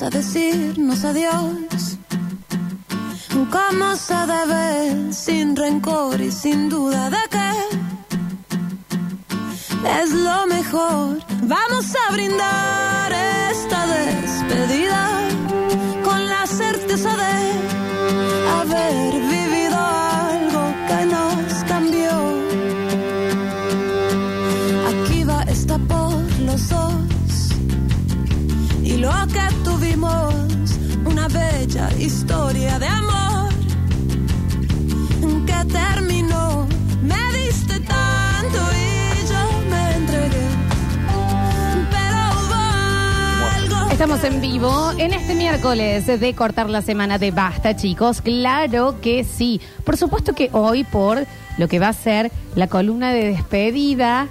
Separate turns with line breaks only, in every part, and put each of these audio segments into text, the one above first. a decirnos adiós. Como se debe, sin rencor y sin duda de que es lo mejor. Vamos a brindar esta despedida con la certeza de haber vivido algo que nos cambió. Aquí va esta por los dos y lo que tuvimos, una bella historia de amor que terminó. Me diste tanto y yo me entregué, pero hubo algo.
Estamos en vivo en este miércoles de cortar la semana de Basta, chicos. Claro que sí. Por supuesto que hoy por lo que va a ser la columna de despedida.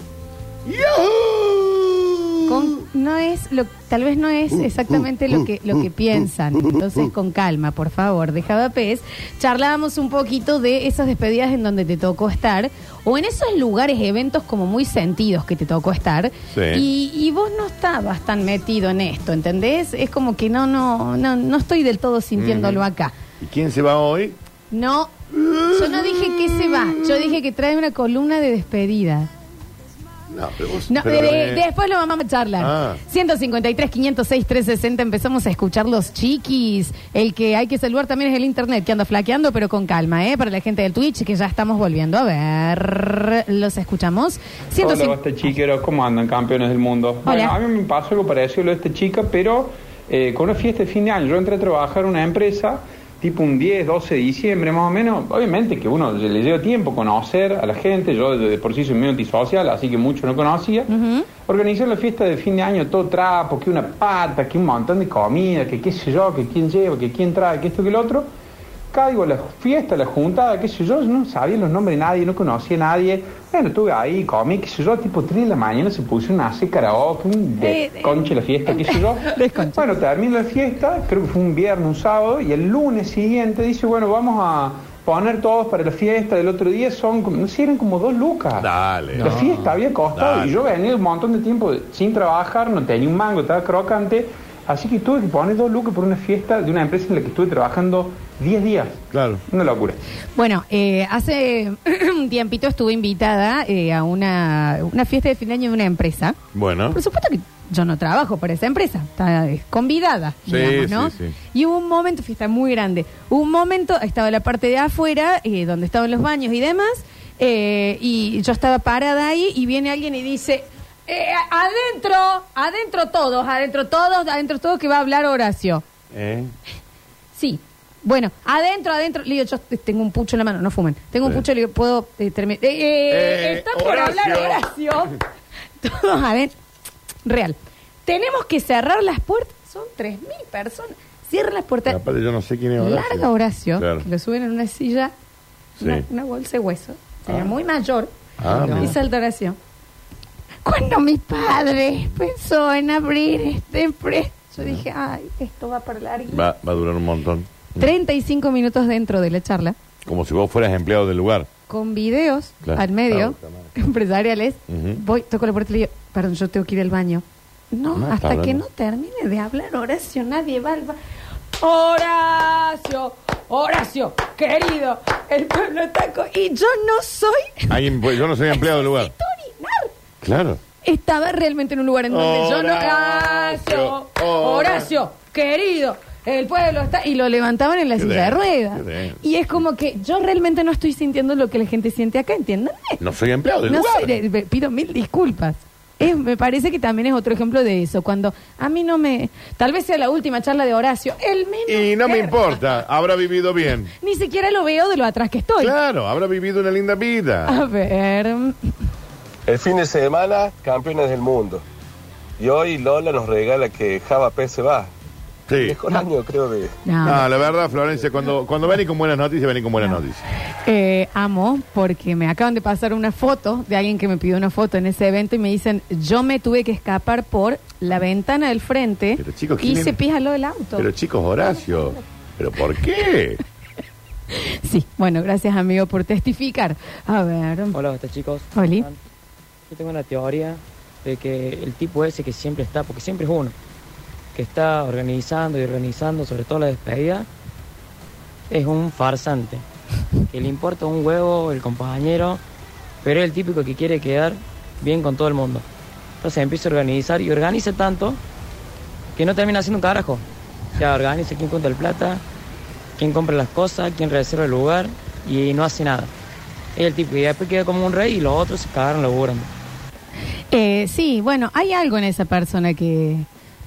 Con- no es lo, tal vez no es exactamente lo que lo que piensan. Entonces, con calma, por favor, de Javapés, charlábamos un poquito de esas despedidas en donde te tocó estar o en esos lugares, eventos como muy sentidos que te tocó estar
Sí.
y y, y vos no estabas tan metido en esto, ¿entendés? Es como que no, no, no, no estoy del todo sintiéndolo acá.
¿Y quién se va hoy?
No, yo no dije que se va, yo dije que trae una columna de despedida.
No, pero vos.
No,
pero,
de-
eh,
después lo vamos a charlar.
Ah.
153, 506, 360, empezamos a escuchar los chiquis. El que hay que saludar también es el internet, que anda flaqueando, pero con calma, ¿eh? Para la gente del Twitch, que ya estamos volviendo a ver. Los escuchamos. 150
Hola, basta chiqueros, ¿cómo andan, campeones del mundo?
Hola.
Bueno, a mí me pasó algo parecido a lo de esta chica, pero eh, con una fiesta de fin de año. Yo entré a trabajar en una empresa, tipo un 10, 12 de diciembre más o menos. Obviamente que uno le lleva tiempo conocer a la gente, yo de de por sí soy muy antisocial, así que mucho no conocía. Organizé la fiesta de fin de año, todo trapo, que una pata, que un montón de comida, que qué sé yo, que quién lleva, que quién trae, que esto, que el otro caigo a la fiesta, a la juntada, qué sé yo, no sabía los nombres de nadie, no conocía a nadie. Bueno, estuve ahí, comí, qué sé yo, tipo 3 de la mañana se pusieron a hacer karaoke, un
Eh,
desconche la fiesta, qué sé yo.
Desconche.
Bueno, termino la fiesta, creo que fue un viernes, un sábado, y el lunes siguiente dice, bueno, vamos a poner todos para la fiesta del otro día, son, como- no sé, eran como dos lucas.
Dale.
La fiesta había costado
Dale.
y yo venía un montón de tiempo sin trabajar, no tenía un mango, estaba crocante. Así que tuve que poner dos lucas por una fiesta de una empresa en la que estuve trabajando 10 días.
Claro.
Una locura.
Bueno, eh, hace un tiempito estuve invitada eh, a una, una fiesta de fin de año de una empresa.
Bueno.
Por supuesto que yo no trabajo para esa empresa, está eh, convidada,
Sí,
digamos, ¿no?
sí, sí.
Y hubo un momento, fiesta muy grande, hubo un momento, estaba la parte de afuera, eh, donde estaban los baños y demás, eh, y yo estaba parada ahí y viene alguien y dice, eh, adentro, adentro todos, adentro todos, adentro todos, que va a hablar Horacio.
Eh,
Sí. Bueno, adentro, adentro. Le digo, yo te- tengo un pucho en la mano, no fumen. Tengo un
Sí.
pucho, le digo, puedo eh, terminar. Eh, eh,
Eh,
está por
Horacio.
hablar Horacio. Todos adentro. Real. Tenemos que cerrar las puertas. Son 3.000 personas. Cierra las puertas.
aparte yo no sé quién es Horacio.
Larga Horacio.
Claro.
que lo suben en una silla,
Sí.
una, una bolsa de hueso. Señor muy mayor.
Ah,
y
mira.
salta Horacio. Cuando mi padre pensó en abrir este empresa,
Ah.
yo dije, ay, esto va para largo.
Va, va a durar un montón.
35 minutos dentro de la charla,
Como si vos fueras empleado del lugar.
con videos
Claro.
al medio,
Está bueno,
empresariales.
Ujú.
Voy, toco la puerta y le digo, perdón, yo tengo que ir al baño. No,
No, está
hasta que
hablando.
no termine de hablar Horacio, nadie va al baño. Horacio, Horacio, querido, el pueblo está... co- Y yo no soy...
Alguien, pues, yo no soy empleado del lugar.
Necesito orinar.
Claro.
Estaba realmente en un lugar en donde yo no.
Horacio,
Horacio, Horacio, querido, el pueblo está. Y lo levantaban en la
Qué
silla de
denso,
ruedas.
qué denso.
Y es como que yo realmente no estoy sintiendo lo que la gente siente acá, ¿entiendan?
No soy empleado del
No
lugar.
soy de- de- pido mil disculpas. Es- me parece que también es otro ejemplo de eso. Cuando a mí no me. Tal vez sea la última charla de Horacio. El menos.
Y no me
ver-
importa, habrá vivido bien.
Ni siquiera lo veo de lo atrás que estoy.
Claro, habrá vivido una linda vida.
A ver.
El fin de semana, campeones del mundo. Y hoy Lola nos regala que Java P se va.
Sí.
Mejor año, creo, de,
No.
No, la verdad, Florencia, cuando, cuando venís con buenas noticias, venís con buenas noticias.
Eh, amo porque me acaban de pasar una foto de alguien que me pidió una foto en ese evento y me dicen, yo me tuve que escapar por la ventana del frente
Pero, chicos,
y
¿quién
se
es?
pija lo del auto.
Pero chicos, Horacio, ¿pero por qué?
Sí, bueno, gracias amigo por testificar. A ver,
Hola, ¿cómo están, chicos?
Oli.
Yo tengo una teoría de que el tipo ese que siempre está, porque siempre es uno, que está organizando y organizando, sobre todo la despedida, es un farsante. Que le importa un huevo el compañero, pero es el típico que quiere quedar bien con todo el mundo. Entonces empieza a organizar y organiza tanto que no termina haciendo un carajo. Ya organiza quién cuenta el plata, quién compra las cosas, quién reserva el lugar y no hace nada. Es el típico. Y después queda como un rey y los otros se cagaron laburando.
Eh, sí, bueno, hay algo en esa persona que...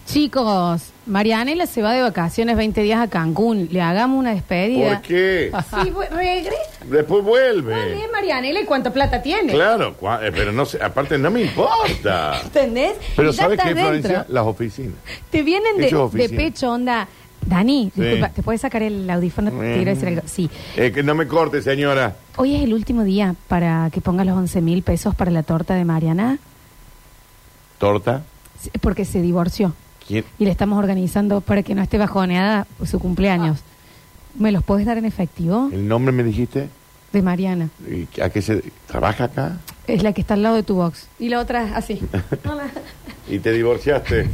Chicos, Marianela se va de vacaciones 20 días a Cancún. Le hagamos una despedida.
¿Por qué?
Sí, bu- regresa.
Después
Vale,
vuelve.
Marianela, ¿y cuánta plata tiene?
Claro, cua- eh, pero no sé, aparte no me importa.
¿Entendés?
Pero
Y ya
¿sabes
estás
qué, Florencia?
dentro.
Las oficinas.
Te vienen de,
Eso es
de
oficial.
pecho, onda. Dani,
Sí.
disculpa, ¿te puedes sacar el audífono? Te quiero decir algo. Sí.
Eh, que no me corte, señora.
Hoy es el último día para que pongas los 11 mil pesos para la torta de Mariana,
¿Torta?
sí, porque se divorció
¿Quién?
y le estamos organizando para que no esté bajoneada su cumpleaños. ¿Me los puedes dar en efectivo?
Ah. ¿El nombre me dijiste?
De Mariana.
¿Y ¿A qué se trabaja acá?
Es la que está al lado de tu box. Y la otra, así. Hola.
Y te divorciaste.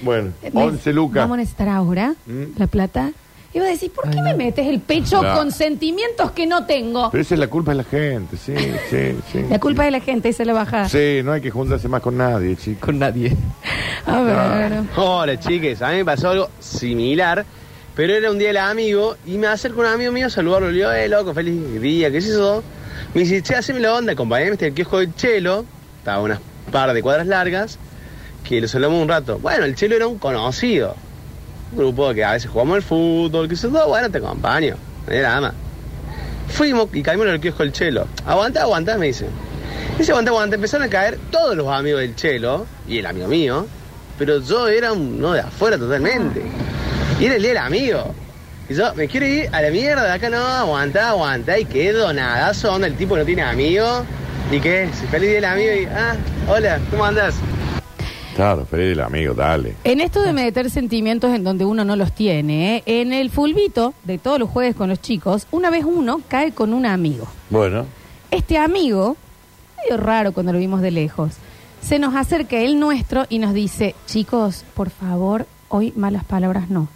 Bueno,
Eh, me-
11 lucas.
Vamos a necesitar ahora
Mm.
la plata. Y vos decís, ¿por qué me metes el pecho
Claro.
con sentimientos que no tengo?
Pero esa es la culpa de la gente, sí, sí, sí.
La culpa de la gente, esa es la bajada.
Sí, no hay que juntarse más con nadie, chicos.
con nadie.
A ver.
Hola chiques, a mí me pasó algo similar, pero era un día el amigo y me acercó un amigo mío a saludarlo. Le digo, eh, loco, feliz día, ¿qué es eso? Me dice, che, haceme la onda, acompañame hasta el kiosco del chelo. Estaba a unas par de cuadras largas, que lo saludamos un rato. Bueno, el chelo era un conocido. Un grupo que a veces jugamos al fútbol, que eso todo, bueno, te acompaño. No hay nada más. Fuimos y caímos en el kiosco del chelo. Aguanta, aguanta, me dice. Dice, aguanta, aguanta. Empezaron a caer todos los amigos del chelo y el amigo mío, pero yo era uno de afuera totalmente. Y era el del amigo. Y yo, me quiero ir a la mierda de acá, no, aguanta, aguanta. Y quedo nadazo, onda, el tipo que no tiene amigo. ¿Y qué es? Feliz día del amigo y, ah, hola, ¿cómo andás?
Claro, feliz el amigo, dale.
En esto de meter sentimientos en donde uno no los tiene, ¿eh? en el fulbito de todos los jueves con los chicos, una vez uno cae con un amigo.
Bueno,
Este amigo, medio raro cuando lo vimos de lejos, se nos acerca el nuestro y nos dice, chicos, por favor, hoy malas palabras no,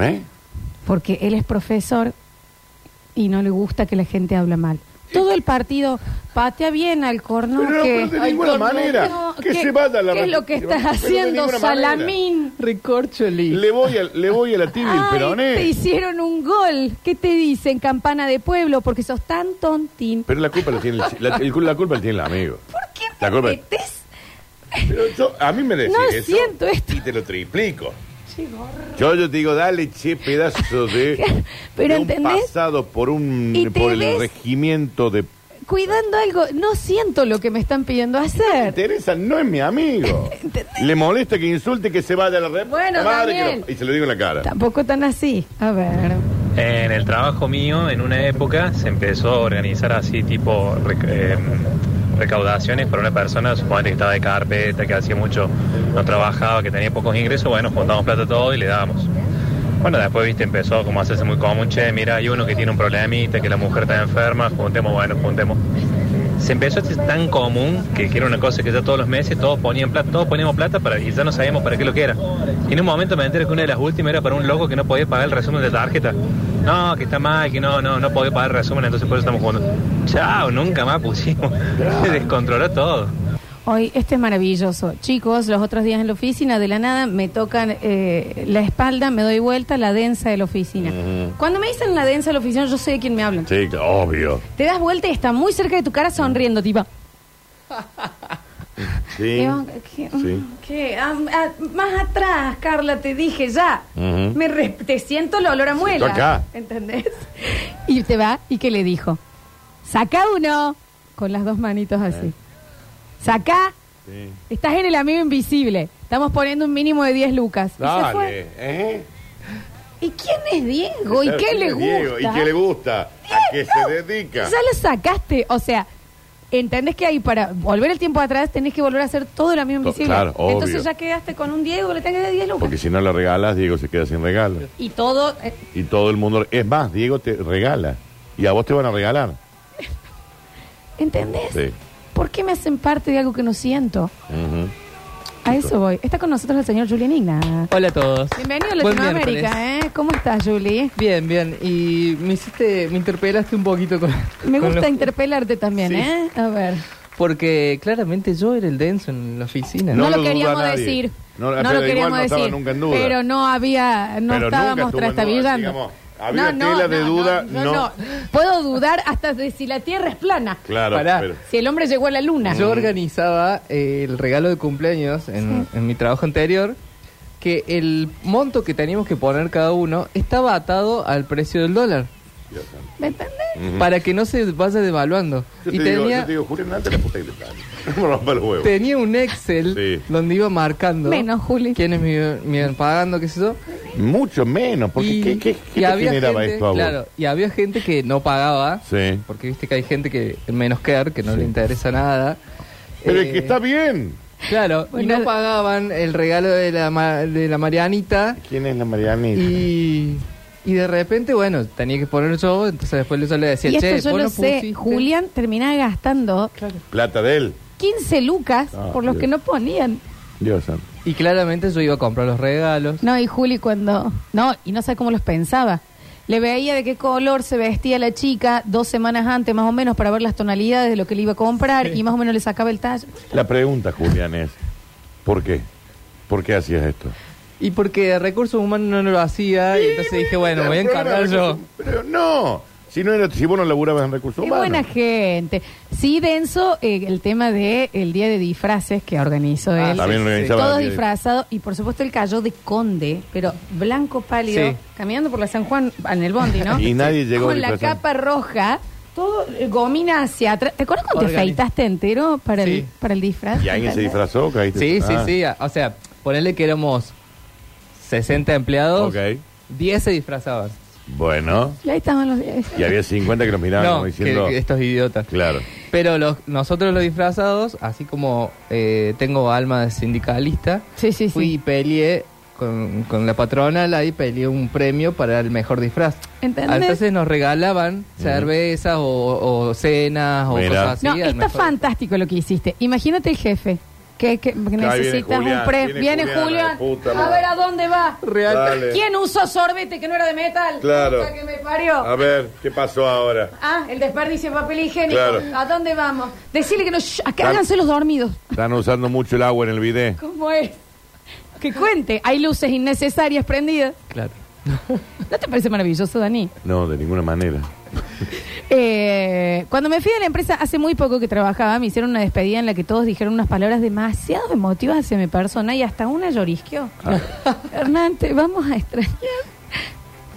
¿eh?
porque él es profesor y no le gusta que la gente habla mal. Todo el partido patea bien al corno
Pero no,
que...
pero de ninguna manera. Que se vaya la
¿Qué es lo que
respectiva?
estás
Pero de
haciendo,
ninguna manera.
Salamín?
Recorcholi.
Le voy a, le voy a la tibia y el
Ay, Te
peroné.
hicieron un gol. ¿Qué te dicen, campana de pueblo? Porque sos tan tontín.
Pero la culpa la tiene el, chi- la, el cul- la culpa la tiene el amigo.
¿Por qué me
La culpa-
metes?
Pero yo- a mí me decís
No
eso
siento esto.
y te lo triplico. Yo, yo te digo, dale, che, pedazo de,
Pero
de un
¿entendés?
pasado por
Y
un
te
por el
ves-
regimiento de...
Cuidando algo, no siento lo que me están pidiendo hacer.
Teresa no es mi amigo. Le molesta que insulte que se vaya a la red.
Bueno, Daniel.
Y se lo digo en la cara.
Tampoco tan así. A ver.
En el trabajo mío, en una época, se empezó a organizar así tipo rec- eh, recaudaciones para una persona, suponete que estaba de carpeta, que hacía mucho, no trabajaba, que tenía pocos ingresos, bueno, juntamos plata todo y le dábamos. Bueno, después, viste, empezó como a hacerse muy común, che, mira, hay uno que tiene un problemita, que la mujer está enferma, juntemos, bueno, juntemos. Se empezó a hacer tan común que, que era una cosa que ya todos los meses todos ponían plata, todos poníamos plata para, y ya no sabíamos para qué lo que era. Y en un momento me enteré que una de las últimas era para un loco que no podía pagar el resumen de la tarjeta. No, que está mal, que no, no, no podía pagar el resumen, entonces por eso estamos jugando. Chao, nunca más pusimos. Se descontroló todo.
Hoy, este es maravilloso. Chicos, los otros días en la oficina, de la nada, me tocan eh, la espalda, me doy vuelta, la densa de la oficina. Cuando me dicen la densa de la oficina, yo sé de quién me hablan.
Sí, obvio.
Te das vuelta y está muy cerca de tu cara sonriendo, tipo.
Sí.
Digo, ¿qué?
Sí.
¿Qué? Ah, ah, más atrás, Carla, te dije ya.
Ujú.
Me re- te siento el olor a muela.
acá.
¿Entendés? Y te va, ¿y qué le dijo? Saca uno. Con las dos manitos así. Saca.
Eh. Sí.
Estás en el amigo invisible. Estamos poniendo un mínimo de 10 lucas. Y se
Dale,
fue.
¿eh?
¿Y quién es Diego? ¿Y
Claro,
qué
¿quién
le
es Diego?
gusta?
¿Y qué le gusta? ¿A qué se dedica?
Ya lo sacaste. O sea, entendés que ahí para volver el tiempo atrás tenés que volver a hacer todo el amigo
To-
invisible.
claro, obvio.
Entonces ya quedaste con un Diego, le tenés de 10 lucas.
Porque si no le regalas, Diego se queda sin regalo.
Y todo. eh,
Y todo el mundo... Es más, Diego te regala. Y a vos te van a regalar.
¿Entendés?
Sí.
¿Por qué me hacen parte de algo que no siento?
Ujú.
A eso voy. Está con nosotros el señor Julián Igna.
Hola a todos.
Bienvenido a
Buen
Latinoamérica,
miércoles.
¿eh? ¿Cómo estás, Juli?
Bien, bien. Y me hiciste, me interpelaste un poquito con.
Me
con
gusta
los-
interpelarte también,
Sí.
¿eh? A ver.
Porque claramente yo era el denso en la oficina.
No,
No
lo
lo duda
queríamos
nadie.
decir.
No,
No,
pero
lo
igual
queríamos
no estaba
decir.
nunca en duda.
Pero no había, no
Pero nunca
estábamos
estuvo en duda,
trastabillando.
digamos. Había tela de duda,
yo
no.
Puedo dudar hasta de si la Tierra es plana.
Claro,
Pará.
pero-
Si el hombre llegó a la luna.
Yo organizaba eh, el regalo de cumpleaños en, en mi trabajo anterior, que el monto que teníamos que poner cada uno estaba atado al precio del dólar,
¿Me entendés?
Ujú.
para que no se vaya devaluando.
Yo
y
te, digo,
tenía,
yo te digo, Julián, antes la puta que te parió. No me rompa los huevos.
tenía un Excel
Sí.
donde iba marcando
Menos, Juli.
quiénes me, iban- me iban pagando, qué sé yo.
Mucho menos, porque ¿qué, qué, qué
y
te
había
generaba
gente,
esto a vos?
Claro, y había gente que no pagaba,
Sí.
porque viste que hay gente que el menos care, que no le interesa nada.
Pero
Eh,
es que está bien.
Claro,
Bueno,
y no pagaban el regalo de la, ma- de la Marianita
¿Quién es la Marianita?
y, y de repente, bueno, tenía que poner yo, entonces después yo le decía,
y esto
che,
yo
vos
lo
no
sé.
pusiste".
Julián terminaba gastando
Plata de él.
15 lucas
Ah,
por los
Dios.
que no ponían.
Dios santo.
Y claramente yo iba a comprar los regalos.
No, y Juli cuando... No, y no sabe cómo los pensaba. Le veía de qué color se vestía la chica dos semanas antes, más o menos, para ver las tonalidades de lo que le iba a comprar y más o menos le sacaba el tallo.
La pregunta, Julián, es: ¿por qué? ¿Por qué hacías esto?
Y porque recursos humanos no lo hacía, y entonces dije, bueno, me voy a encargar yo.
Pero no, si, no era, si vos no laburabas en recursos
Qué
humanos.
buena gente. Sí, denso eh, el tema de el día de disfraces que organizó
Ah,
él.
También
Sí,
organizaba.
Todos disfrazados y por supuesto él cayó de conde, pero blanco pálido,
Sí.
caminando por la San Juan en el bondi, ¿no?
Y nadie llegó
Con la
disfrazado.
capa roja, todo eh, gomina hacia atrás. ¿Te acuerdas cuando te
Organi-
afeitaste entero para, el,
Sí.
para el disfraz?
¿Y alguien se disfrazó? Caíste-
Sí, sí,
Ah,
sí, a- o sea, ponerle que éramos 60 empleados,
Ok.
10 se disfrazaban.
Bueno,
Y ahí estaban los eh, días.
y había 50 que nos miraban
no,
como diciendo.
que- que estos idiotas.
Claro.
Pero los, nosotros los disfrazados, así como eh, tengo alma de sindicalista,
Sí, sí, sí.
fui y peleé con, con la patronal ahí, peleé un premio para el mejor disfraz.
¿Entendés?
Entonces nos regalaban cervezas o, o cenas o
Mira.
cosas así.
No,
al
está
mejor-
fantástico lo que hiciste. Imagínate el jefe. Que, que
viene
necesitas
Julián,
un pre.
viene
Viene
Julián,
Julián.
la puta
a
madre.
ver a dónde va.
Real.
Dale.
¿Quién usó sorbete que no era de metal?
Claro.
Puta que me parió.
A ver, ¿qué pasó ahora?
Ah, el desperdicio de papel higiénico.
Claro.
¿A dónde vamos? Decirle que no. shh, a que
Claro.
háganse los dormidos.
Están usando mucho el agua en el video.
¿Cómo es? Que cuente. Hay luces innecesarias prendidas.
Claro.
¿No te parece maravilloso, Dani?
No, de ninguna manera.
Eh, cuando me fui de la empresa hace muy poco que trabajaba, me hicieron una despedida en la que todos dijeron unas palabras demasiado emotivas hacia mi persona y hasta una llorisqueó. Hernán, te vamos a extrañar.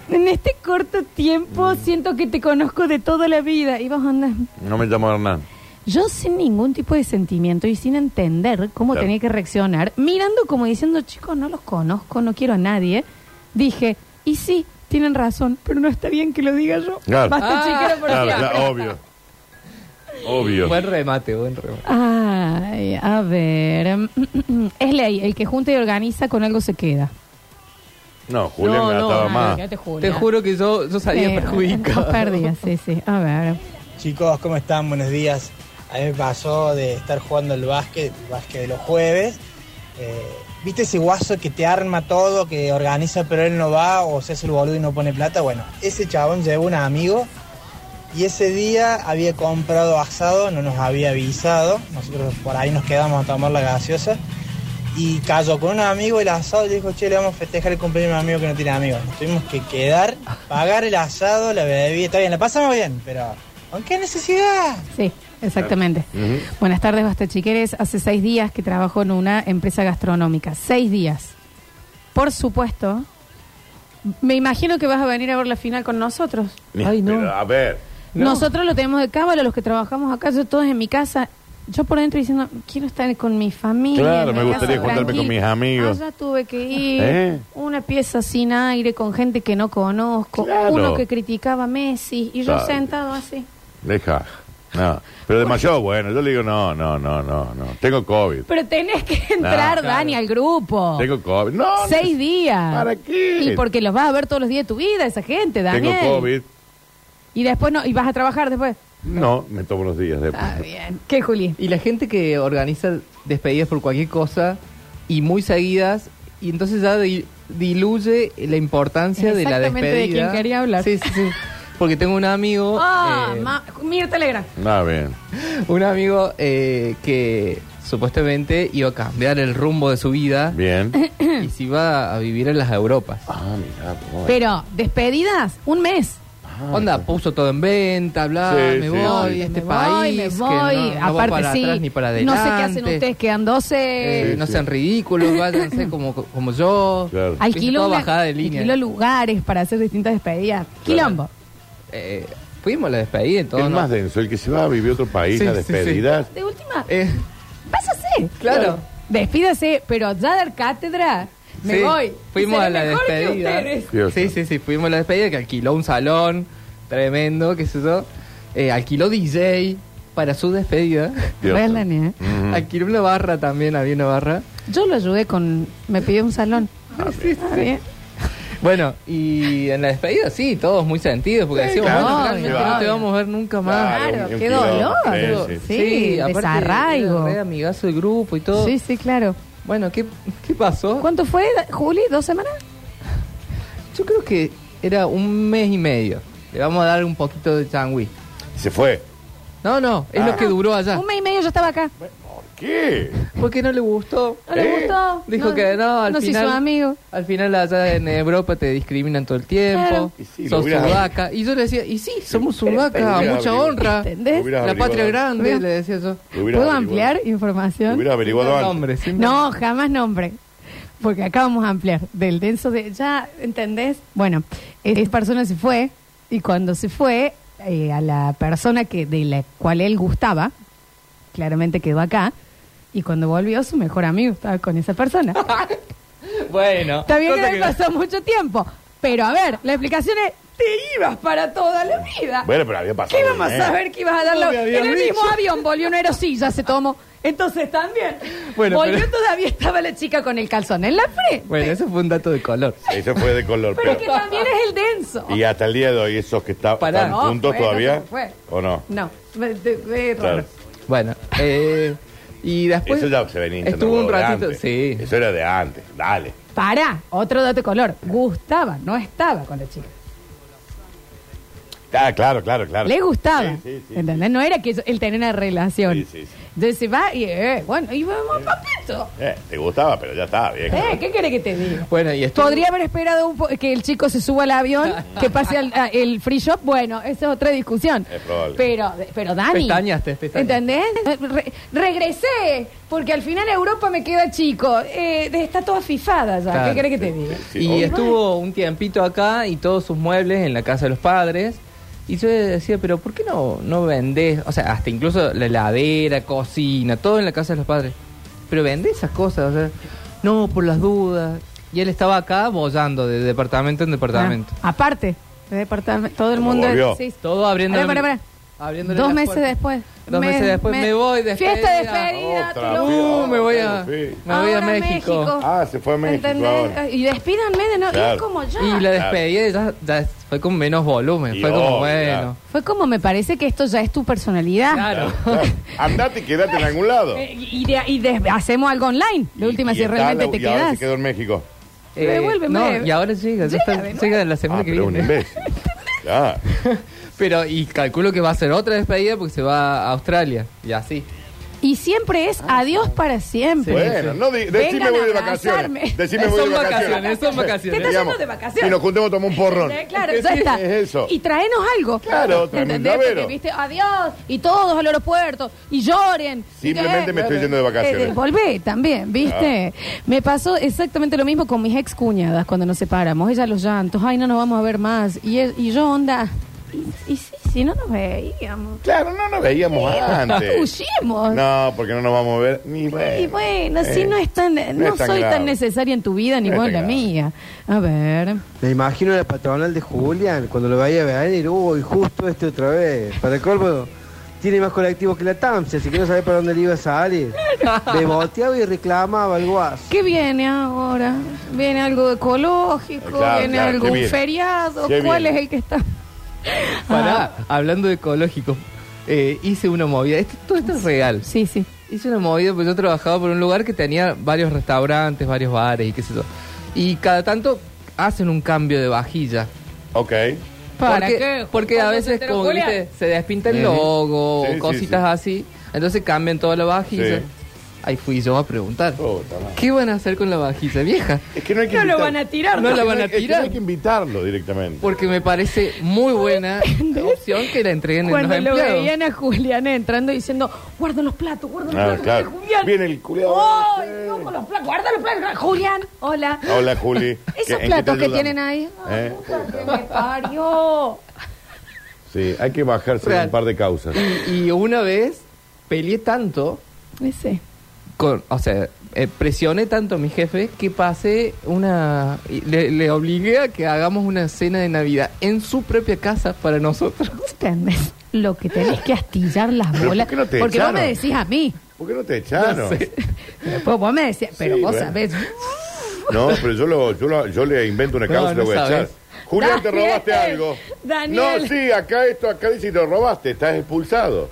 En este corto tiempo siento que te conozco de toda la vida. Y vos andás.
No me llamo Hernán.
Yo sin ningún tipo de sentimiento y sin entender cómo
Claro.
tenía que reaccionar, mirando como diciendo, chicos, no los conozco, no quiero a nadie, dije, y sí, tienen razón, pero no está bien que lo diga yo.
Claro.
Basta,
Ah.
chiquero, por
Claro,
siempre.
claro, obvio. Obvio.
Buen remate, buen remate.
Ay, a ver. Es ley, el que junta y organiza con algo se queda.
No, Julián
No, no,
gastaba
no,
más.
te juro.
Te juro que yo, yo salía perjudicado.
Perdida, Eh, sí, sí. A ver.
Chicos, ¿cómo están? Buenos días. A mí me pasó de estar jugando al básquet, el básquet de los jueves. Eh, ¿Viste ese guaso que te arma todo, que organiza pero él no va o se hace el boludo y no pone plata? Bueno, ese chabón llevó un amigo y ese día había comprado asado, no nos había avisado. Nosotros por ahí nos quedamos a tomar la gaseosa y cayó con un amigo el asado y le dijo, che, le vamos a festejar el cumpleaños a un amigo que no tiene amigos. Nos tuvimos que quedar, pagar el asado, la bebida, está bien, la pasamos bien, pero ¿con qué necesidad?
Sí, exactamente. Buenas tardes, Basta Chiqueres. Hace seis días que trabajo en una empresa gastronómica. Seis días. Por supuesto. Me imagino que vas a venir a ver la final con nosotros.
Ni-
Ay, no.
pero, a ver.
No.
Nosotros lo tenemos de cábala, los que trabajamos acá, yo todos en mi casa. Yo por dentro diciendo, quiero estar con mi familia.
Claro,
en
me
mi
gustaría
casa,
juntarme con
tranquila.
mis amigos.
Allá tuve que ir.
¿Eh?
Una pieza sin aire, con gente que no conozco.
Claro.
Uno que criticaba a Messi. Y yo
Claro.
sentado así.
Deja. No. Pero demasiado bueno. Yo le digo, no, no, no, no, no. Tengo COVID.
Pero tenés que entrar,
claro.
Dani, al grupo.
Tengo COVID. No.
Seis días.
¿Para qué?
Y porque los vas a ver todos los días de tu vida, esa gente,
no.
Daniel.
Tengo COVID.
Y después no, y vas a trabajar después.
No, me tomo unos días después.
Está bien. ¿Qué, Juli?
Y la gente que organiza despedidas por cualquier cosa, y muy seguidas y entonces ya di- diluye la importancia de la
Exactamente, de
despedida.
quien quería hablar.
Sí, sí, sí. Porque tengo un
Oh,
amigo,
Ah,
eh,
ma- mira Telegram.
Ah, bien.
un amigo eh, que supuestamente iba a cambiar el rumbo de su vida
Bien.
y se iba a vivir en las Europas.
Ah, mira, vos.
Pero, despedidas, un mes.
Ah,
Onda, puso todo en venta, bla,
Sí,
me
sí,
voy,
sí.
este
me voy,
país,
me
que
voy.
no, no va
Aparte,
para
sí.
atrás ni para
no
adelante.
sé qué hacen ustedes, quedan 12.
Eh,
Sí,
no
sí.
sean ridículos, váyanse como, como yo.
Claro.
Alquiló,
Toda
una-
bajada de línea.
alquiló lugares para hacer distintas despedidas. Quilombo.
Eh, fuimos a la despedida y todo.
el
¿no?
más denso, el que se va a vivir a otro país,
Sí,
a
sí,
despedidas.
De última,
Eh,
pásase.
claro.
Despídase, pero ya dar cátedra, me
Sí,
voy.
Fuimos
Seré
a la
mejor que
despedida.
ustedes.
Dios
Sí,
santo.
sí, sí, fuimos a la despedida que alquiló un salón tremendo, qué sé yo. Eh, alquiló DJ para su despedida.
Dios.
Re lani, ¿eh?
Ujú.
Alquiló una barra también, había una barra.
Yo lo ayudé con. Me pidió un salón.
Mm. Sí, sí.
Ah, bien.
Bueno, y en la despedida sí, todos muy sentidos, porque decíamos,
claro,
bueno,
obvio,
realmente no te
obvio.
vamos a ver nunca más.
Claro,
Claro,
un- un
qué
quilombo.
dolor.
Sí, sí.
Sí,
aparte,
desarraigo.
era re amigazo del grupo y todo.
Sí, sí, claro.
Bueno, ¿qué, qué pasó?
¿Cuánto fue, Juli? ¿Dos semanas?
Yo creo que era un mes y medio. Le vamos a dar un poquito de changüí.
Se fue.
No, no, es
Ah.
lo que duró allá.
Un mes y medio yo estaba acá.
¿Por qué?
Porque no le gustó.
¿No le
¿Eh?
gustó?
Dijo que no, al
no se
final.
hizo amigo.
Al final allá en Europa te discriminan todo el tiempo.
Claro.
Y sí, lo
sos
hubieras-
sudaca. Y yo le decía, y sí, somos sudaca,
hubieras
mucha
averiguado.
honra.
¿Entendés?
Hubieras
La patria
averiguado.
grande,
Bien.
le decía yo.
Lo hubieras
¿Puedo
averiguado.
ampliar
Lo
información?
hubiera averiguado antes.
Nombre, sin
No, jamás nombre. Porque acá vamos a ampliar. Del denso de. Ya, ¿entendés? Bueno, esa persona se fue. Y cuando se fue, eh, a la persona que de la cual él gustaba, claramente quedó acá. Y cuando volvió, su mejor amigo estaba con esa persona.
Bueno.
Está bien que
cosa
no pasó mucho tiempo. Pero a ver, la explicación es: te ibas para toda la vida.
Bueno, pero había pasado.
¿Qué íbamos
bien.
a saber que ibas a dar
No
la-
me
En
habían
el mismo
dicho.
avión volvió una aerosilla, se tomó. Entonces también.
Bueno,
volvió
pero-
todavía estaba la chica con el calzón en la frente.
Bueno, eso fue un dato de color.
Eso fue de color.
pero es que
pero-
también es el denso.
Y hasta el día de hoy, esos que está-
Pará.
están
No,
juntos
fue, no,
todavía.
no fue.
¿O no?
No, de- de- de-
Claro.
Bueno, eh, y después.
Eso ya se venía intentando
Estuvo un
de
ratito.
antes.
Sí.
Eso era de antes. Dale.
Pará, otro dato de color. Gustaba, no estaba con la chica.
Ah, claro, claro, claro.
Le gustaba.
Sí, sí, sí.
¿Entendés? No era que eso- él tenía una relación.
Sí, sí, sí.
Entonces se va y, eh, bueno, y vamos papito.
Eh, te gustaba, pero ya está, bien.
Eh, ¿qué querés que te diga?
Bueno, y estuvo.
Podría haber esperado un po- que el chico se suba al avión, que pase al a- el free shop. Bueno, esa es otra discusión.
Es probable.
Pero, pero Dani.
Pestañaste, pestañaste.
¿Entendés? Re- regresé, porque al final Europa me queda chico. Eh, está toda fifada ya.
Claro.
¿Qué querés que te diga?
Sí,
y
obvio.
estuvo un tiempito acá y todos sus muebles en la casa de los padres. Y yo decía, pero ¿por qué no, no vendés? O sea, hasta incluso la heladera, cocina, todo en la casa de los padres. Pero vendés esas cosas, o sea, no, por las dudas. Y él estaba acá bollando de departamento en departamento.
Ah, aparte, de departamento, todo el
Como
mundo.
volvió.
sí, sí.
Todo abriendo.
Pará, pará, pará. Dos meses después.
Dos
Me-
meses después me voy de
Fiesta de
despedida.
despedida.
Otra
te lo-
vez.
Uh, me voy a,
Sí.
me voy a
Ahora
México.
Ah, se fue a México
¿Entendés?
ahora.
Y despídanme de no. y
Claro.
es como ya.
Y la despedida ya, ya fue con menos volumen.
Y
fue como,
obvio,
bueno.
Fue como me parece que esto ya es tu personalidad.
Claro.
Claro. Andate y quédate en algún lado.
Eh, y de- y de- hacemos algo online. La última,
Y- y
si
está la-
realmente te
Y ahora
quedas.
se quedó en México.
Pero devuélveme.
Eh, no, y ahora llega, ya
Llega
está-
de nuevo.
llega la semana
Ah,
que
pero un
viene.
imbécil. Claro.
Pero, y calculo que va a ser otra despedida porque se va a Australia. Y así.
Y siempre es
Ah,
adiós para siempre.
Bueno, no, di- decime
Vengan
voy de
a abrazarme.
vacaciones. Decime
Eh,
voy de
son
vacaciones.
vacaciones, son vacaciones.
¿Qué estás
Digamos,
haciendo de vacaciones?
Y nos juntemos a tomar un porrón.
Eh, Claro,
Es que
ya
sí,
está.
es eso.
Y traenos algo.
Claro, tráeme un
¿Entendés?
llavero.
Porque, viste, adiós, y todos al aeropuerto, y lloren. y
Simplemente
que-
me estoy yendo de vacaciones. Ah.
Eh, volvé también, viste. Me pasó exactamente lo mismo con mis ex cuñadas cuando nos separamos. Ellas los llantos, ay, no nos vamos a ver más. Y, él- y yo, onda, y, y sí, sí, no nos veíamos.
Claro, no nos veíamos antes.
Huyimos.
No, porque no nos vamos a ver. Ni bueno.
Y bueno,
Eh,
si no es tan, no,
es tan
soy tan
grave.
necesaria en tu vida ni
No es
vos en
tan
la
grave.
mía. A ver.
Me imagino la patronal de Julián, cuando lo veía venir, uy, justo este otra vez. Para el colmo, tiene más colectivos que la TAMSE, así que no sabía para dónde le iba a salir. Beboteaba y reclamaba el guaso.
¿Qué viene ahora? ¿Viene algo ecológico?
Claro,
¿Viene
claro,
algún
¿qué viene?
feriado?
¿Qué
¿Cuál
viene?
es el que está?
Pará, hablando de ecológico, eh, hice una movida. Esto, todo esto es real.
Sí, sí.
hice una movida, pues yo trabajaba por un lugar que tenía varios restaurantes, varios bares y qué sé yo. Y cada tanto hacen un cambio de vajilla.
Ok.
¿Para
porque,
qué?
Porque a
¿Cuándo se
veces,
te lo
como
culean?
viste, se despinta el
Ujú.
logo
Sí,
o
sí,
cositas así. Entonces cambian toda la vajilla.
Sí.
Ahí fui yo a preguntar.
Puta madre.
¿Qué van a hacer con la vajilla vieja?
Es que no hay que
No lo
invitar-
van a tirar.
No
¿no?
la van a
es que
tirar.
no hay que invitarlo directamente.
Porque me parece muy buena opción que la entreguen en los
Cuando lo
empleados.
veían a Juliana entrando diciendo, guarda los platos, guarda los
Ah,
platos,
claro.
Julián.
Viene el culiado.
¡Ay,
Sí.
no, con los platos, guarda los platos! Julián, hola.
Hola, Juli. ¿Qué-
Esos
en qué te
platos que
ayudamos?
tienen ahí. Ay,
¿Eh?
puta que me parió.
Sí, hay que bajarse de
Real.
un par de causas.
Y, y una vez peleé tanto,
Ese.
con, o sea, eh, presioné tanto a mi jefe que pasé una... y Le, le obligué a que hagamos una cena de Navidad en su propia casa para nosotros.
¿Vos entendés lo que tenés que astillar las
¿Pero
bolas?
por qué no te
Porque
echaron?
vos me decís a mí.
¿Por qué no te echaron?
No sé.
Vos, vos me decías, pero vos
bueno.
sabés.
No, pero yo, lo, yo, lo- yo le invento una
No,
causa y lo
no
voy a echar.
sabes.
Julián, te
Daniel,
robaste algo.
Daniel.
No, sí, acá esto, acá dice y te robaste, estás expulsado.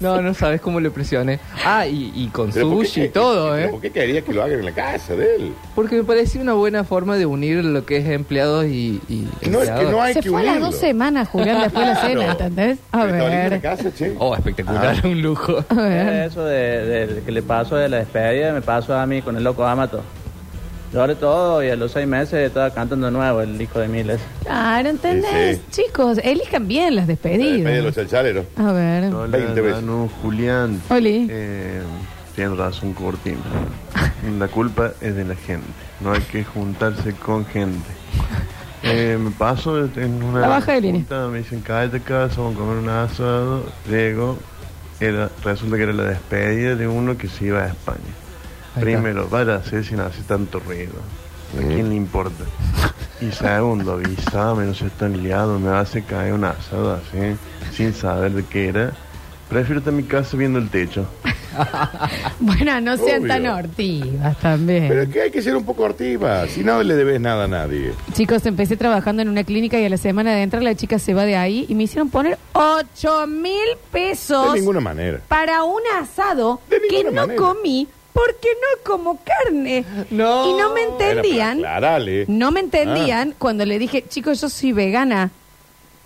No, no sabes cómo le presioné. Ah, y, y con
Pero ¿por qué
sushi y
que-
todo,
pero
¿eh?
¿Por qué querías que lo hagan en la casa de él?
Porque me parecía una buena forma de unir lo que es empleados y, y
No, es que no hay
Se
que
fue a las
unirlo.
dos semanas, Julián, después de la cena,
Claro.
¿entendés? A
Pero está en la
ver.
casa, che.
Oh, espectacular, un lujo.
A ver.
Eso de, de- que le pasó de la despedida, me pasó a mí con el loco Amato. Lloré todo y a los seis meses estaba cantando de nuevo el disco de Miles.
Claro, ¿entendés?
Sí,
Chicos, elijan bien las despedidas.
Despedida de los chalchaleros.
A ver.
Hola,
20 veces.
Danu, Julián.
Oli.
Eh, tienes razón, Curtín. La culpa es de la gente. No hay que juntarse con gente. Eh, me paso en una
La baja de línea.
junta, me dicen, cállate acá, vamos a comer un asado. Llego, era- resulta que era la despedida de uno que se iba a España.
Ahí
Primero, para hacer sin hacer tanto ruido. ¿A quién le importa? Y segundo, avisame, no seas tan liado, me hace caer un asado así, sin saber de qué era. Prefiero estar en mi casa viendo el techo.
Bueno, no sean
Obvio.
tan hortivas también.
Pero es que hay que ser un poco hortiva, si no le debes nada a nadie.
Chicos, empecé trabajando en una clínica y a la semana de entrar la chica se va de ahí y me hicieron poner 8 mil
De
pesos
ninguna manera.
para un asado
De
que
ninguna
no
manera.
comí porque no como carne.
No.
Y no me entendían.
Era para Ah. aclararle.
No me entendían cuando le dije, chicos, yo soy vegana.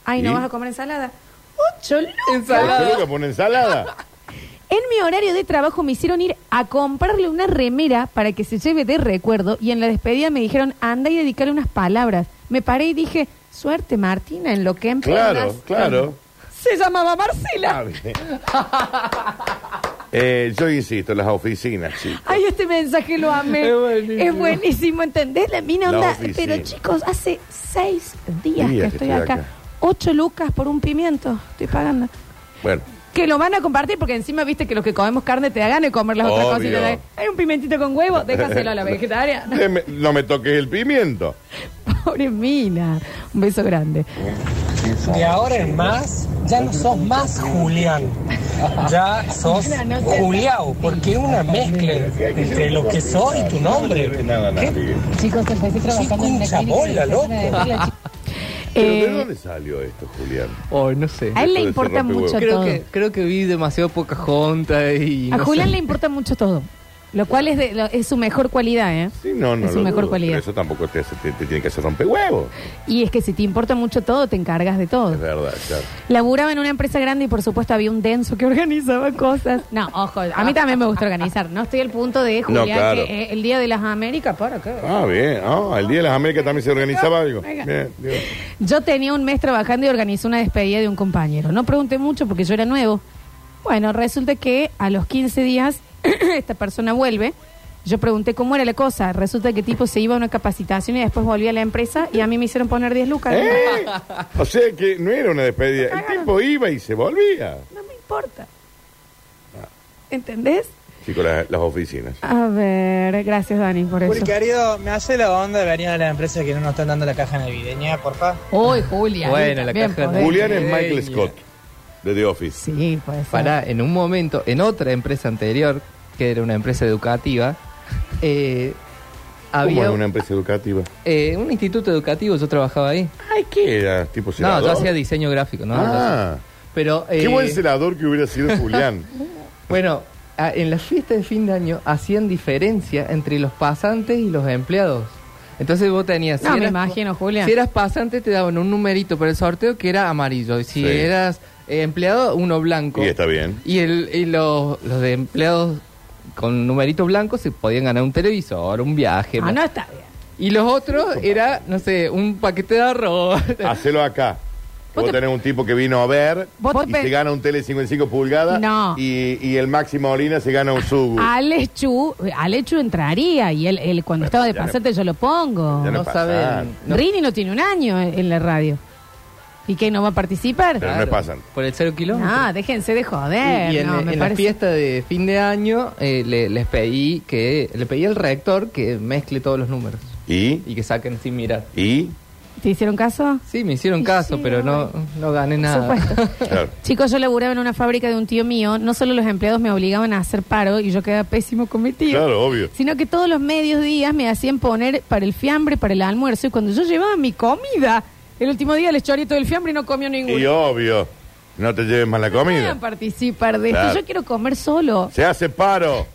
Ay, ¿no
¿Y?
vas a comer ensalada? ¡Ocho lucas!
¿Pero nunca pone ensalada?
En mi horario de trabajo me hicieron ir a comprarle una remera para que se lleve de recuerdo y en la despedida me dijeron, anda y dedicarle unas palabras. Me paré y dije, suerte Martina, en lo que emprendas.
Claro, claro.
Se llamaba Marcela.
Eh, yo insisto, las oficinas, chicos.
Ay, este mensaje lo amé.
Es buenísimo.
Es buenísimo, ¿entendés? La mina
La
onda.
oficina.
Pero chicos, hace seis días
Días
que
que
estoy
estoy
acá.
acá.
Ocho lucas por un pimiento. Estoy pagando.
Bueno,
Que lo van a compartir porque encima viste que los que comemos carne te da ganas de comer las otras
Obvio.
cosas. y te da- Hay un pimentito con huevo, déjaselo a la vegetariana.
deme- no me toques el pimiento.
Pobre mina. Un beso grande.
De ahora en más, ya no sos más Julián, ya sos Juliao, porque es una mezcla entre lo que soy y tu nombre. ¿Qué
Chicos, empecé trabajando en
pincha
una clínica y
bola,
la
loco?
semana de entrar la chica-
¿Pero
Eh,
de dónde salió esto, Julián?
Oh, no sé.
a él le
Esto de
importa
ser rompehuevo.
mucho
Creo
todo.
que, creo que vi demasiado poca junta y...
A
no
Julián
sé.
le importa mucho todo. Lo cual es, de- lo- es su mejor cualidad, ¿eh?
Sí, no, no.
Es su
lo
mejor
dudo,
cualidad.
pero Eso tampoco te, hace- te- te tiene que hacer rompehuevos.
Y es que si te importa mucho todo, te encargas de todo.
Es verdad, claro.
Laburaba en una empresa grande y por supuesto había un denso que organizaba cosas. No, ojo, a mí también me gusta organizar. No estoy al punto de Julián
claro.
que eh, el Día de las Américas, ¿para qué?
Ah, bien. Ah, el Día de las Américas también se organizaba algo. Bien, bien.
Yo tenía un mes trabajando y organizé una despedida de un compañero. No pregunté mucho porque yo era nuevo. Bueno, resulta que a los 15 días esta persona vuelve. Yo pregunté cómo era la cosa. Resulta que tipo se iba a una capacitación y después volvía a la empresa y a mí me hicieron poner 10 lucas. "Ah,
¿Eh? O sea que no era una despedida. El tipo iba y se volvía.
No me importa. ¿Entendés?
Chicos, las, las oficinas.
A ver, gracias Dani por eso.
Juli, querido, me hace la onda de venir a la empresa que no nos están dando la caja navideña, porfa.
Uy, Julia.
Bueno, la caja de-
Julián es
Navideña.
Michael Scott, de The Office.
Sí, puede ser.
Pará, en un momento, en otra empresa anterior, que era una empresa educativa, eh,
¿Cómo
había
es una empresa educativa?
eh, un instituto educativo, yo trabajaba ahí.
Ay, ¿qué era? ¿Tipo
No,
senador?
yo hacía diseño gráfico, ¿no?
Ah,
Pero,
qué
eh,
buen senador que hubiera sido Julián.
Bueno, a- en las fiestas de fin de año hacían diferencia entre los pasantes y los empleados. Entonces vos tenías...
No, me
eras-
imagino, Julián.
Si eras pasante te daban un numerito para el sorteo que era amarillo. Y si
Sí.
eras eh, empleado, uno blanco.
Y está bien.
Y, el, y los, los de empleados con numeritos blancos se podían ganar un televisor, un viaje.
Ah,
más.
no está bien.
Y los otros era, no sé, un paquete de arroz.
Hacelo acá. Vos, tenés un tipo que vino a ver
Vos
y
te-
se gana un tele 55 pulgadas
No.
y, y el máximo Olina se gana un sugu.
Alex Chu, Alex Chu entraría y él, él cuando estaba de
ya no-
pasante yo lo pongo.
ya no No pasan. saben, no.
Rini no tiene un año en la radio. ¿Y qué, no va a participar?
Pero no es pasan.
Por el cero kilómetro.
No, déjense de joder.
Y, y en,
no, me
en la
parece-
fiesta de fin de año eh, le- les pedí que le pedí al rector que mezcle todos los números
y
que saquen sin mirar.
¿Y?
¿Te hicieron caso?
Sí, me hicieron caso, pero no, no gané nada.
Chicos, yo laburaba en una fábrica de un tío mío. No solo los empleados me obligaban a hacer paro y yo quedaba pésimo con mi tío.
Claro, obvio.
Sino que todos los medios días me hacían poner para el fiambre, para el almuerzo. Y cuando yo llevaba mi comida, el último día les choré todo el fiambre y no comió ninguno.
Y obvio, no te lleves más la comida.
Puedan participar de esto.
Claro.
Yo quiero comer solo.
Se hace paro.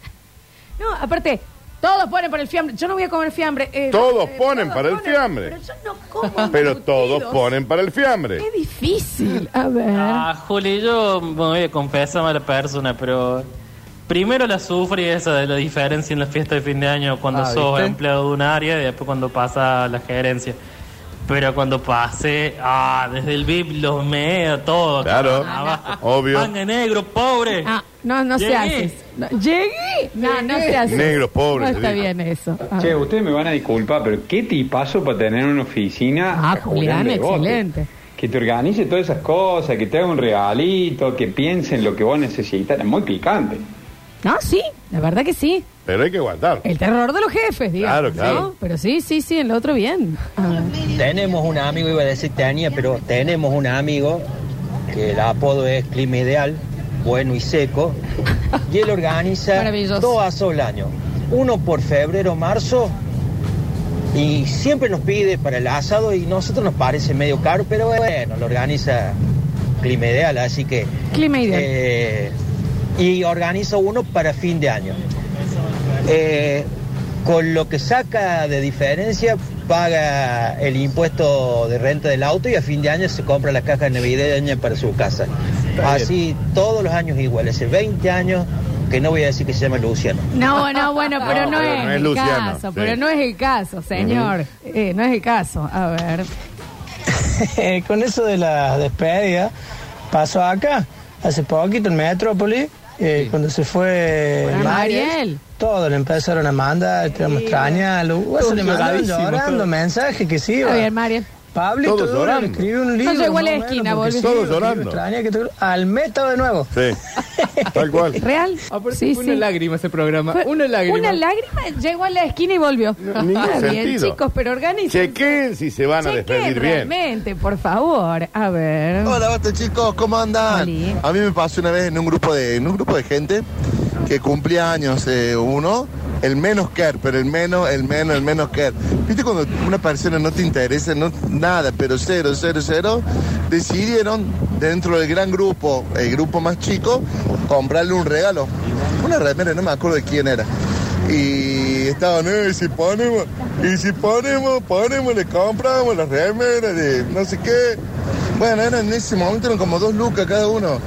No, aparte, todos ponen para el fiambre. Yo no voy a comer fiambre. Eh,
Todos
eh,
ponen para el fiambre.
Pero yo no como.
Pero todos ponen para el fiambre.
Qué difícil. A ver.
Ah, Juli, yo me voy a confesar mala persona, pero primero la sufrí esa de la diferencia en las fiestas de fin de año cuando
Ah,
sos
¿viste?
empleado de un área y después cuando pasa a la gerencia. Pero cuando pasé, ah, desde el VIP, los medios, todo.
Claro,
abajo.
obvio.
Manga negro, pobre.
Ah, no, no se
Llegué.
hace. eso. No, Llegué. No, no se hace.
Negros pobres,
No está
digo.
bien eso. A
Che,
ver.
ustedes me van a disculpar, pero qué tipazo para tener una oficina.
Ah,
a
Julián,
Devoto.
excelente.
Que te organice todas esas cosas, que te haga un regalito, que piense en lo que vos necesitas. Es muy picante.
No, sí, la verdad que sí.
Pero hay que aguantar.
El terror de los jefes, digamos.
Claro,
¿no?
claro.
Pero sí, sí, sí, en lo otro bien. A ver.
Tenemos un amigo, iba a decir tenía, pero tenemos un amigo que el apodo es Clima Ideal, bueno y seco, y él organiza dos asos al año, uno por febrero, marzo, y siempre nos pide para el asado y nosotros nos parece medio caro, pero bueno, lo organiza Clima Ideal, así que...
Clima Ideal.
eh, y organiza uno para fin de año. Eh, con lo que saca de diferencia paga el impuesto de renta del auto y a fin de año se compra la caja navideña para su casa. Así todos los años igual, hace 20 años que no voy a decir que se llama Luciano.
No, no, bueno,
No,
pero no,
pero
es,
no es
el
Luciano,
caso,
sí.
pero no es el caso, señor. Eh, no es el caso. A ver.
Con eso de la despedida, pasó acá, hace poquito en Metrópoli, eh, cuando se fue
Bueno,
Mariel,
Mariel.
todos le empezaron a mandar, te vamos a extrañar, lo-
Todos
se le mandaban
lloradísimos,
llorando
todos.
mensajes que sí,
Está
iba.
bien, Mariel.
Pablito
Todos
Duro le
llorando.
escribió un
No
libro.
llegó a
más
la
o menos, porque
esquina, volvió.
sí,
Todos
porque
llorando.
extraña que te- al meta de nuevo.
Sí. Tal cual.
¿Real? Sí,
una
sí.
lágrima ese programa.
Fue-
una lágrima.
Una lágrima llegó a la esquina y volvió.
ningún
Está bien,
sentido.
chicos, pero organicen.
Chequen si se van a despedir bien.
realmente, por favor. A ver.
Hola, basta chicos, ¿cómo andan? A mí me pasó una vez en un grupo de, en un grupo de gente que cumplía años eh, uno, el menos care, pero el menos, el menos, el menos care. ¿Viste cuando una persona no te interesa no, nada, pero cero, cero, cero? Decidieron dentro del gran grupo, el grupo más chico, comprarle un regalo. Una remera, no me acuerdo de quién era. Y estaban, eh, si ponemos, y si ponemos, ponemos, le compramos la remera de no sé qué. Bueno, eran en ese momento eran como dos lucas cada uno.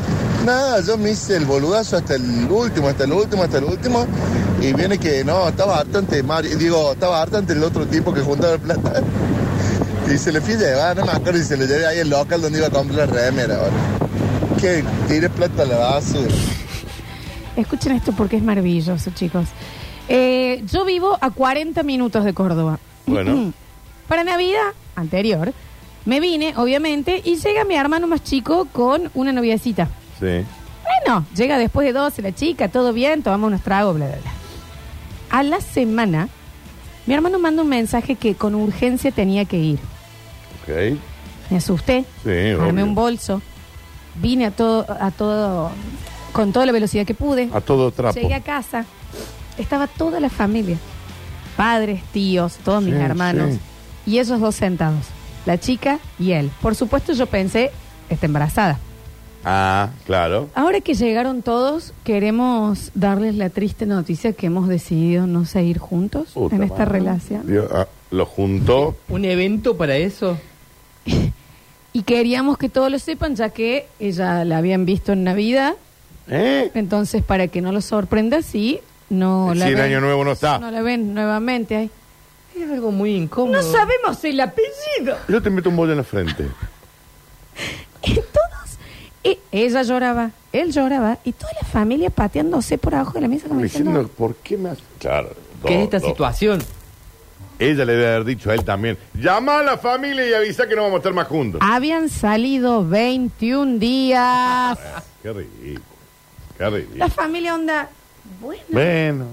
Nada, yo me hice el boludazo hasta el último, hasta el último, hasta el último. Y viene que no, estaba harto ante Mario, digo, estaba harto ante el otro tipo que juntaba el plata. Y se le fui llevar, no me acuerdo, y se le llevé ahí el local donde iba a comprar la remera ahora. Que tire plata a la basura.
Escuchen esto porque es maravilloso, chicos. Eh, yo vivo a 40 minutos de Córdoba.
Bueno.
Para Navidad anterior, me vine, obviamente, y llega mi hermano más chico con una noviecita.
Sí.
Bueno, llega después de 12 la chica, todo bien, tomamos unos tragos, bla, bla, bla. A la semana, mi hermano manda un mensaje que con urgencia tenía que ir.
Ok.
Me asusté,
Sí,
armé
obvio.
un bolso, vine a todo, a todo, con toda la velocidad que pude.
A todo trapo.
Llegué a casa, estaba toda la familia, padres, tíos, todos mis
Sí,
hermanos,
sí.
y ellos dos sentados, la chica y él. Por supuesto yo pensé, está embarazada.
Ah, claro.
Ahora que llegaron todos, queremos darles la triste noticia que hemos decidido no seguir juntos
Puta
en esta
madre.
relación.
Dios, ah, lo juntó.
¿Un evento para eso?
Y queríamos que todos lo sepan, ya que ella la habían visto en Navidad.
¿Eh?
Entonces, para que no los sorprenda, sí, no la
si el
ven.
año nuevo no está.
No la ven nuevamente ahí.
Es algo muy incómodo.
No sabemos el apellido.
Yo te meto un bollo en la frente.
Todos. y ella lloraba, él lloraba y toda la familia pateándose por abajo de la mesa como diciendo,
Diciendo, ¿por qué me hace? Claro.
¿Qué es esta
situación? Ella le debe haber dicho a él también. Llama a la familia y avisa que no vamos a estar más juntos.
habían salido 21 días.
Qué ridículo. Qué ridículo.
La familia onda, bueno,
Bueno.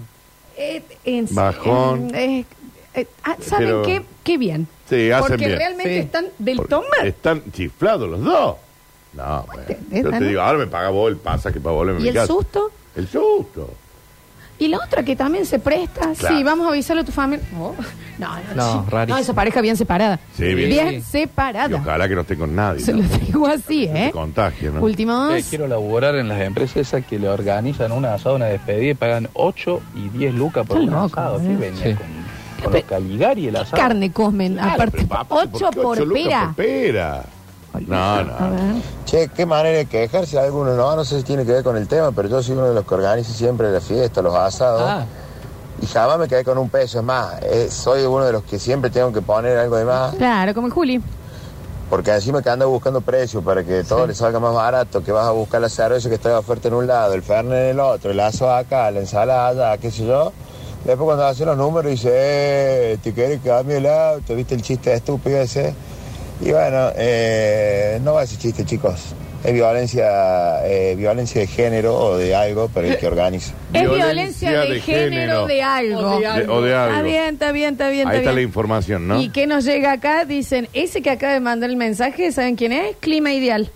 eh, en-
Bajón.
en- eh, eh, ah, ¿Saben
Pero-
qué? Qué bien.
Sí, hacen
Porque
bien.
realmente
Sí.
están del
Porque
tomar.
Están chiflados los dos. No, bueno.
es,
Yo te
Daniel?
digo, ahora me paga vos el pasa que para volverme a
Y
mi
el
casa.
susto.
El susto.
Y la otra que también se presta,
Claro.
sí, vamos a avisarle a tu familia. Oh, No, no,
No,
sí.
rarísimo.
No, esa pareja bien separada.
Sí, bien.
separada.
Y ojalá que no esté con nadie.
Se lo digo así, ¿eh?
Contagio, ¿no?
Últimos.
Eh, quiero laburar en las empresas esas que le organizan una asada, una despedida y pagan 8 y 10 lucas por
Está
un
loco,
asado. ¿Qué
¿eh?
venía con, con los Caligari y el asado?
Carne comen, aparte. ocho por pera.
pera. No, no.
Che, qué manera de quejarse, algunos no, no sé si tiene que ver con el tema, pero yo soy uno de los que organiza siempre la fiesta, los asados. Y jamás me quedé con un peso, es más, eh, soy uno de los que siempre tengo que poner algo de más,
Claro, como el Juli.
porque encima que ando buscando precios para que todo le salga más barato, que vas a buscar la cerveza que está de oferta en un lado, el fernet en el otro, el aso acá, la ensalada allá, qué sé yo. Después cuando hacen los números dice, eh, te quieres que cambie el auto, viste el chiste estúpido ese. Y bueno, eh, no va a ser chiste, chicos. Es violencia, eh, violencia de género o de algo para el que organiza.
Es violencia de, género de algo.
O de algo. De- o de algo.
Está bien, está bien, está bien.
Ahí
está
está la
bien.
información, ¿no?
Y que nos llega acá, dicen, ese que acaba de mandar el mensaje, ¿saben quién es? Clima Ideal.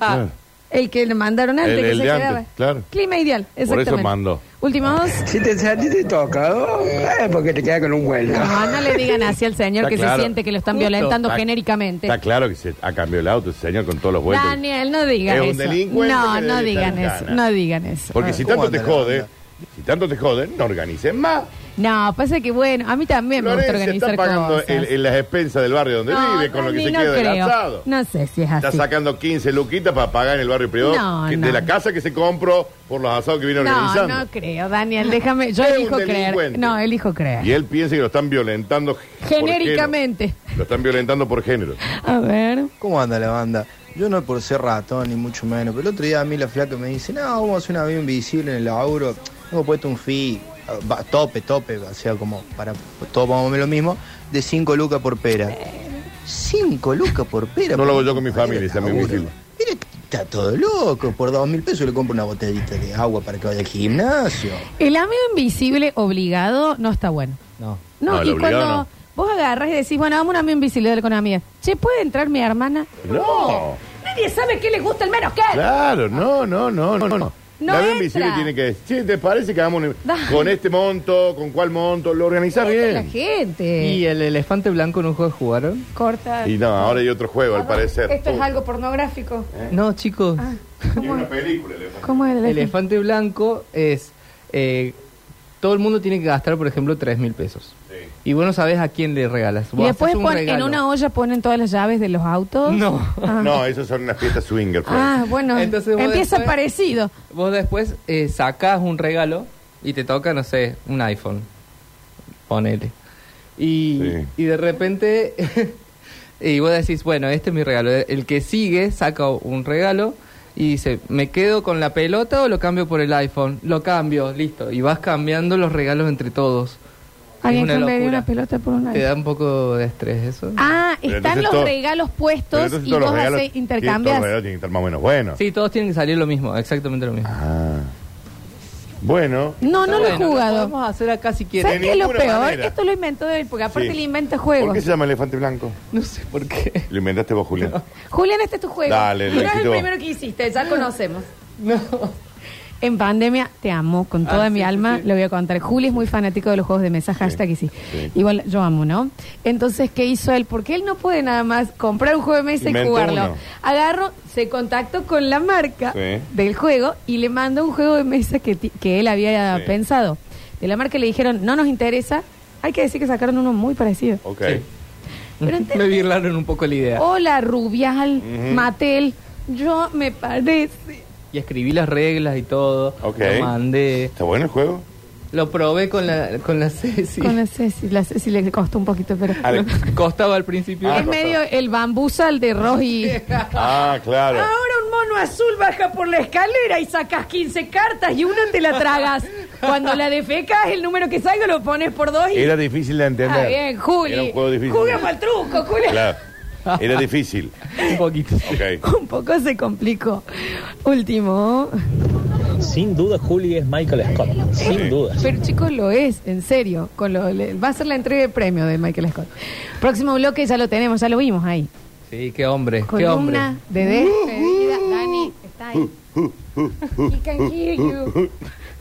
Claro.
el que le mandaron antes,
El,
que
el
se
de
quedaba.
antes, claro.
Clima Ideal,
Por
exactamente.
eso mandó.
Última dos.
Si te sentiste tocado, es porque te quedas con un huelgo.
No, no le digan así al señor
Ah. Está
que
claro.
se siente que lo están
Justo.
violentando
Está-
genéricamente.
Está claro que se ha cambiado el auto ese señor con todos los vueltos.
Daniel, no digan
Es un
eso.
delincuente
no,
que le
no
debe
digan
estar
eso.
gana.
No digan eso.
Porque si tanto te jode, si tanto te jode, no organices más.
No, pasa que bueno, a mí también me
Florencia
gusta
está
organizar
pagando
cosas.
el- en las expensas del barrio donde
No,
vive con lo que
Dani,
se
no
queda del
creo.
asado.
No sé si es
Está
así.
sacando 15 luquitas para pagar en el barrio privado
No,
que-
no.
de la casa que se compró por los asados que viene
No,
organizando.
no creo, Daniel, déjame, yo elijo creer.
delincuente.
No, elijo creer.
Y él piensa que lo están violentando. por
Genéricamente.
género. Lo están violentando por género.
A ver.
¿Cómo anda la banda? Yo no por ser ratón, ni mucho menos, pero el otro día a mí la flaca me dice, no, vamos a hacer una vida invisible en el laburo, hemos puesto un fee, ah, va, tope, tope, o sea, como para todos vamos a ver lo mismo, de 5 lucas por pera. 5 lucas por pera.
No lo hago
por-
yo con mi familia, esa misma
Mira, está todo loco, por dos mil pesos le compro una botellita de agua para que vaya al gimnasio.
El amigo invisible obligado no está bueno.
No.
No,
No, el
y
obligado
cuando
no.
vos agarras y decís, bueno, vamos a un amigo invisible dale con una amiga. Che, ¿puede entrar mi hermana?
No.
Nadie sabe qué le gusta el menos que él.
Claro, no, no, no, no. no.
No
la
entra.
invisible tiene que decir, "Che, ¿te parece que hagamos un-
Dale.
con este monto, con cuál monto? Lo organizás
La
bien.
gente.
¿Y el elefante blanco en un juego jugaron?
Corta.
Y no, ahora hay otro juego, al parecer. Eh.
Esto es algo pornográfico.
No, chicos.
Ah,
Y una película.
¿Cómo es el
el
elefante?
elefante blanco es. eh, todo el mundo tiene que gastar, por ejemplo, tres mil pesos. Y vos no sabés a quién le regalas. Vos
Y después
haces un
pon- en
regalo.
una olla ponen todas las llaves de los autos.
No.
Ah.
No, esas son unas fiestas swinger. pues.
Ah, bueno,
Entonces vos
empieza
después-
parecido.
Vos después eh, sacás un regalo y te toca, no sé, un iPhone. Ponele. Y, y de repente. y vos decís, bueno, este es mi regalo. El que sigue saca un regalo y dice, ¿me quedo con la pelota o lo cambio por el iPhone? Lo cambio, listo. Y vas cambiando los regalos entre todos.
Alguien
Es una
cambiaría
locura.
una pelota por una.
Te da un poco de estrés eso.
Ah,
Pero
están
entonces
los
todo-
regalos puestos
pero
y vos haces intercambias.
tienen que estar más o menos bueno.
Sí, todos tienen que salir lo mismo, exactamente lo
Ah.
mismo.
Bueno.
No, no lo he jugado.
podemos hacer acá si
quieren.
¿Sabes
De
qué es lo
ninguna
peor?
manera.
Esto lo inventó él, porque aparte
Sí.
le inventa
¿Por
juegos.
qué se llama elefante blanco?
No sé por qué.
Lo inventaste vos, Julián.
Julián, este es tu juego.
Dale,
no es el
Alexito.
primero que hiciste, ya conocemos.
No. Ah,
En pandemia te amo con toda mi alma, lo voy a contar. Juli es muy fanático de los juegos de mesa, hashtag y sí. Igual yo amo, ¿no? Entonces, ¿qué hizo él? Porque él no puede nada más comprar un juego de mesa y
Inventó
jugarlo.
uno.
Agarro, se contactó con la marca
Sí.
del juego y le mandó un juego de mesa que, ti- que él había
Sí.
pensado. De la marca le dijeron, no nos interesa. Hay que decir que sacaron uno muy parecido.
Ok.
Me virlaron un poco la idea.
Hola, Rubial,
Ujú.
Matel. Yo me parece.
Y escribí las reglas y todo. Lo mandé. ¿Está
bueno el juego?
Lo probé con la, con la Ceci.
Con la Ceci, la Ceci le costó un poquito, pero.
Costaba al principio.
es medio el bambusal de Roji.
Ah, claro.
Ahora un mono azul baja por la escalera y sacas 15 cartas y una te la tragas. Cuando la defecas, el número que salga lo pones por dos y.
Era difícil de entender.
Ah, bien, Juli.
Era un juego difícil.
Jugamos al truco, Juli.
Claro. Era difícil.
un poquito.
Ok.
Un poco se complicó. Último.
Sin duda, Juli es Michael Scott. Sin duda.
Pero chicos, lo es, en serio. Con lo, le- va a ser la entrega de premio de Michael Scott. Próximo bloque ya lo tenemos, ya lo vimos ahí.
Sí, qué hombre, qué hombre.
Columna de despedida.
Uh-huh.
Dani, está ahí. He can hear you.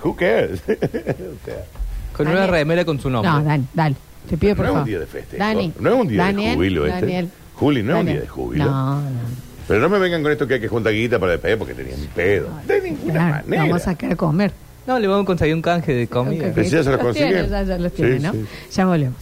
Who cares?
Con una
Daniel.
remera con su nombre.
No, Dani, dale. Te pido por
No es
favor.
un día de festejo.
Dani.
No es un día de
Daniel,
jubilo este.
Daniel.
Juli, no es un
Daniel.
día de jubilo.
No,
Pero no me vengan con esto que hay que juntar guita para despedir porque tenían pedo. De ninguna
Claro,
manera.
Vamos a sacar a comer.
No, le vamos a conseguir un canje de comida.
Los tiene, ya, ya los tiene, ¿no? Ya volvemos.